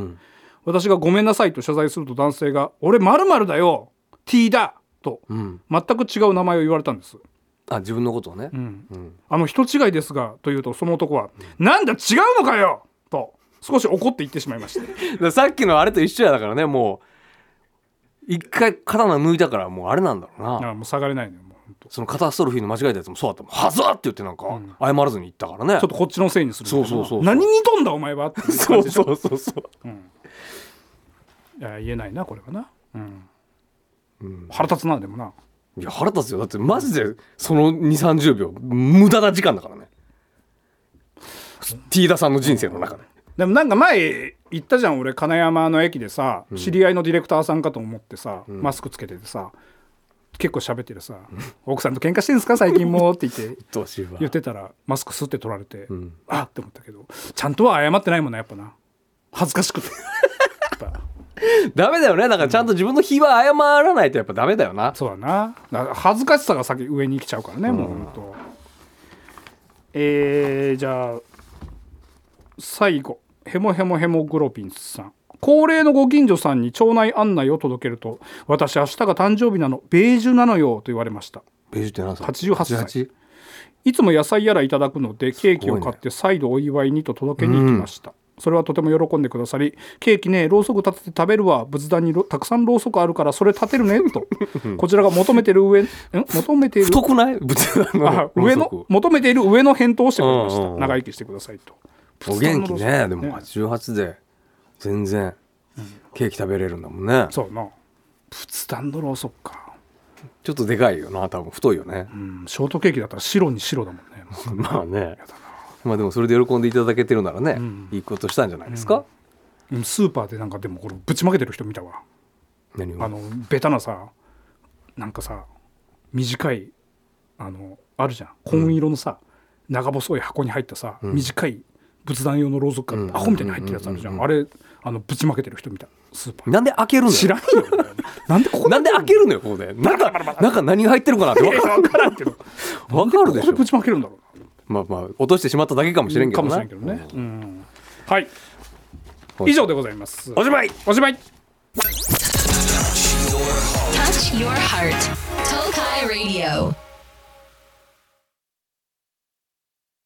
私が「ごめんなさい」と謝罪すると男性が「俺まるだよ T だ!」と、全く違う名前を言われたんですあ自分のことをね、あの人違いですがと言うとその男は「なんだ違うのかよ!」と少し怒って言って しまいましただからさっきのあれと一緒やだからねもう一回刀抜いたからもうあれなんだろうな、ああもう下がれないのよもうほんとそのカタストロフィーの間違えたやつもそうだったもんはずっって言ってなんか謝らずに言ったからね、ちょっとこっちのせいにするみたいなそうそうそうそう何に富んだお前はっていう感じでしょそうそうそうそういや言えないなこれはな、うん腹立つなでもないや腹立つよだってマジでその2三3 0秒無駄な時間だからねティーダさんの人生の中ででもなんか前言ったじゃん俺金山の駅でさ、知り合いのディレクターさんかと思ってさ、マスクつけててさ結構喋ってるさ「奥さんと喧嘩してんすか最近も」って言ってどうしよう言ってたらマスクすって取られて、んあっって思ったけどちゃんとは謝ってないもんなやっぱな恥ずかしくてやっぱダメだよねだからちゃんと自分の非は謝らないとやっぱダメだよな、そうだなだから恥ずかしさが先上に来ちゃうからね、もう本当えー、じゃあ最後ヘモヘモヘモグロピンスさん高齢のご近所さんに町内案内を届けると「私明日が誕生日なのベージュなのよ」と言われましたベージュって何歳88歳いつも野菜やらいただくのでケーキを買って再度お祝いにと届けに行きました、それはとても喜んでくださり「ケーキねろうそく立てて食べるわ仏壇にろたくさんろうそくあるからそれ立てるね」 とこちらが求めてる上ん求めている太くない仏壇あの上ろうその求めている上の返答をしてくれました、うんうんうん長生きしてくださいとくお元気仏壇のろうそくねでも88で全然ケーキ食べれるんだもんねそうな仏壇のろうそくか、ちょっとでかいよな多分太いよね、うん、ショートケーキだったら白に白だもんね まあねまあでもそれで喜んでいただけてるならね、いいことしたんじゃないですか、うんスーパーでなんかでもこれぶちまけてる人見たわ何をあのベタなさなんかさ短いあのあるじゃん紺色のさ、長細い箱に入ったさ、短い仏壇用のろうそくが、アホみたいに入ってるやつあるじゃん,、あれあのぶちまけてる人みたいスーパーなんで開けるのよ知らんよなんでここなんで開けるのよここで中中何が入ってるかなってわ か分からんけどこるわかるでしれょぶちまけるんだろうなまあまあ落としてしまっただけかもしれんけどかもねしれんけどね、うんはいはい以上でございますおしまいおしまい Touch your heart. Tokai Radio.